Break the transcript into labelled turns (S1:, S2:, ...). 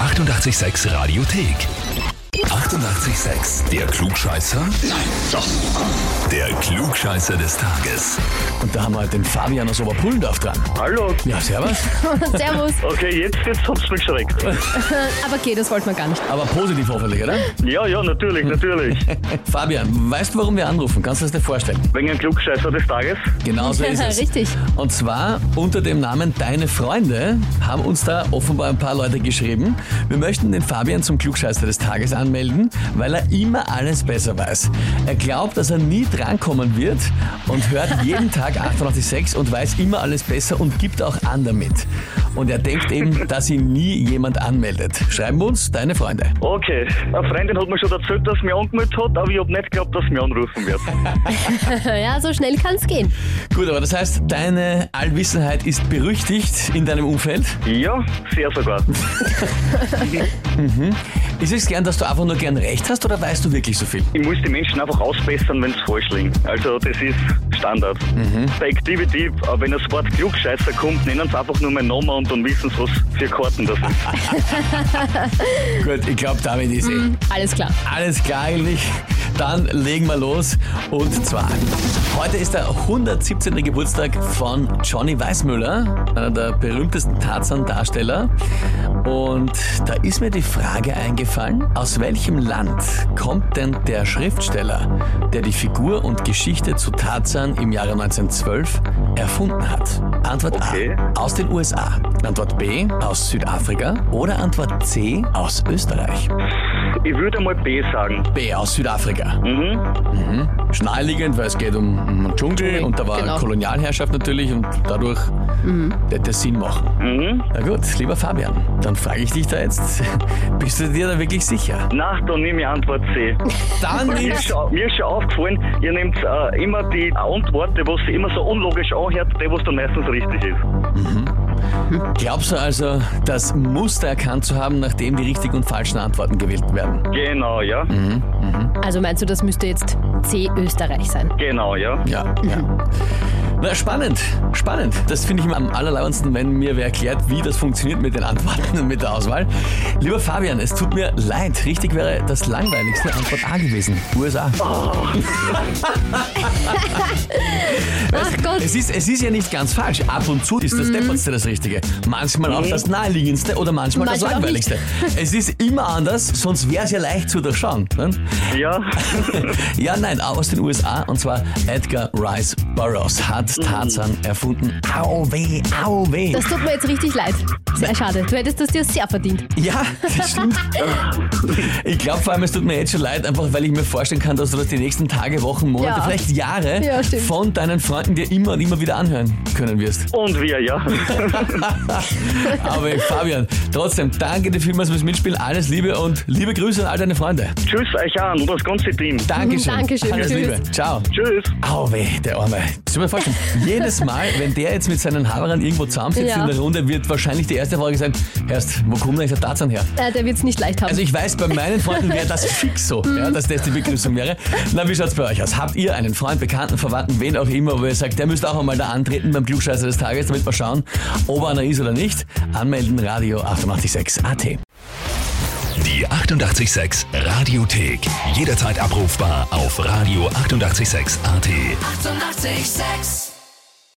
S1: 886 Radiothek. 88,6. Der Klugscheißer? Nein, doch. Der Klugscheißer des Tages.
S2: Und da haben wir halt den Fabian aus Oberpullendorf dran.
S3: Hallo.
S2: Ja, servus.
S4: Servus.
S3: Okay, jetzt, jetzt hat's mich geschreckt.
S4: Aber okay, das wollten wir gar nicht.
S2: Aber positiv hoffentlich, oder?
S3: Ja, ja, natürlich, natürlich.
S2: Fabian, weißt du, warum wir anrufen? Kannst du das dir vorstellen?
S3: Wegen einem Klugscheißer des Tages.
S2: Genau so ist es.
S4: Richtig.
S2: Und zwar unter dem Namen Deine Freunde haben uns da offenbar ein paar Leute geschrieben. Wir möchten den Fabian zum Klugscheißer des Tages anmelden, weil er immer alles besser weiß. Er glaubt, dass er nie drankommen wird und hört jeden Tag 886 und weiß immer alles besser und gibt auch an damit. Und er denkt eben, dass ihn nie jemand anmeldet. Schreiben wir uns Deine Freunde.
S3: Okay, eine Freundin hat mir schon erzählt, dass sie mich angemeldet hat, aber ich habe nicht geglaubt, dass sie mich anrufen wird.
S4: Ja, so schnell kann's gehen.
S2: Gut, aber das heißt, deine Allwissenheit ist berüchtigt in deinem Umfeld.
S3: Ja, sehr sogar.
S2: Ist es gern, dass du einfach nur gern recht hast oder weißt du wirklich so viel?
S3: Ich muss die Menschen einfach ausbessern, wenn sie falsch liegen. Also, das ist Standard. Bei Activity, aber wenn das Wort Klugscheißer kommt, nennen sie einfach nur meinen Namen und dann wissen sie, was für Karten das sind.
S2: Gut, ich glaube, damit ist eh
S4: Alles klar.
S2: alles klar eigentlich. Dann legen wir los. Und zwar, heute ist der 117. Geburtstag von Johnny Weissmüller, einer der berühmtesten Tarzan-Darsteller. Und da ist mir die Frage eingefallen, aus welchem Land kommt denn der Schriftsteller, der die Figur und Geschichte zu Tarzan im Jahre 1912 erfunden hat? Antwort
S3: Okay.
S2: A. Aus den USA. Antwort B. Aus Südafrika. Oder Antwort C. Aus Österreich.
S3: Ich würde mal B sagen.
S2: B. Aus Südafrika.
S3: Mhm.
S2: Naheliegend, weil es geht um, um den Dschungel und da war
S4: genau.
S2: Kolonialherrschaft natürlich und dadurch hätte es Sinn machen.
S3: Mhm.
S2: Na gut, lieber Fabian, dann frage ich dich da jetzt, bist du dir da wirklich sicher?
S3: Na, dann nehme ich Antwort C.
S2: Dann
S3: Mir ist,
S2: ist...
S3: schon, mir ist schon aufgefallen, ihr nehmt äh, immer die Antwort, die was sich immer so unlogisch anhört, die was dann meistens richtig ist.
S2: Glaubst du also, das Muster erkannt zu haben, nachdem die richtigen und falschen Antworten gewählt werden?
S3: Genau, ja.
S4: Also meinst du, das müsste jetzt C Österreich sein?
S3: Genau, ja.
S2: Ja, ja. Na, spannend, spannend. Das finde ich immer am allerlauendsten, wenn mir wer erklärt, wie das funktioniert mit den Antworten und mit der Auswahl. Lieber Fabian, es tut mir leid. Richtig wäre das langweiligste Antwort A gewesen. USA.
S4: Oh Ach Gott. Mhm.
S2: Es ist, es ist ja nicht ganz falsch. Ab und zu ist das Deppertste das Richtige. Manchmal auch das Naheliegendste oder manchmal,
S4: Manchmal
S2: das
S4: auch
S2: Langweiligste. Es ist immer anders, sonst wäre es ja leicht zu durchschauen. Ne?
S3: Ja,
S2: Ja, nein, aus den USA und zwar Edgar Rice Burroughs hat Tarzan erfunden. Au weh, au weh.
S4: Mhm. Das tut mir jetzt richtig leid. Sehr schade. Du hättest das dir sehr verdient.
S2: Ja, das stimmt. Ich glaube vor allem, es tut mir jetzt schon leid, einfach weil ich mir vorstellen kann, dass du das die nächsten Tage, Wochen, Monate,
S4: Ja.
S2: vielleicht Jahre
S4: Ja, stimmt.
S2: von deinen Freunden dir immer und immer wieder anhören können wirst.
S3: und wir, ja.
S2: Aber Fabian, trotzdem, danke dir vielmals fürs Mitspielen. Alles Liebe und liebe Grüße an all deine Freunde.
S3: Tschüss euch an und das ganze Team.
S2: Dankeschön.
S4: Dankeschön.
S2: Alles
S4: Tschüss.
S2: Liebe. Ciao.
S3: Tschüss.
S2: Au weh, der Arme. Das ist mir vorstellen. Jedes Mal, wenn der jetzt mit seinen Haberern irgendwo zusammensitzt
S4: Ja.
S2: in der Runde, wird wahrscheinlich die erste Frage sein, erst, wo kommt eigentlich der Tarzan her?
S4: Äh, der wird's nicht leicht haben.
S2: Also ich weiß, bei meinen Freunden wäre das fix so, ja, dass das die Begrüßung wäre. Na, wie schaut's bei euch aus? Habt ihr einen Freund, Bekannten, Verwandten, wen auch immer, wo ihr sagt, der müsste auch einmal da antreten beim Klugscheißer des Tages, damit wir schauen, ob er einer ist oder nicht? Anmelden, Radio 886 AT.
S1: Die 88,6 Radiothek. Jederzeit abrufbar auf radio886.at. 88,6.
S5: Eighty-eight, sex.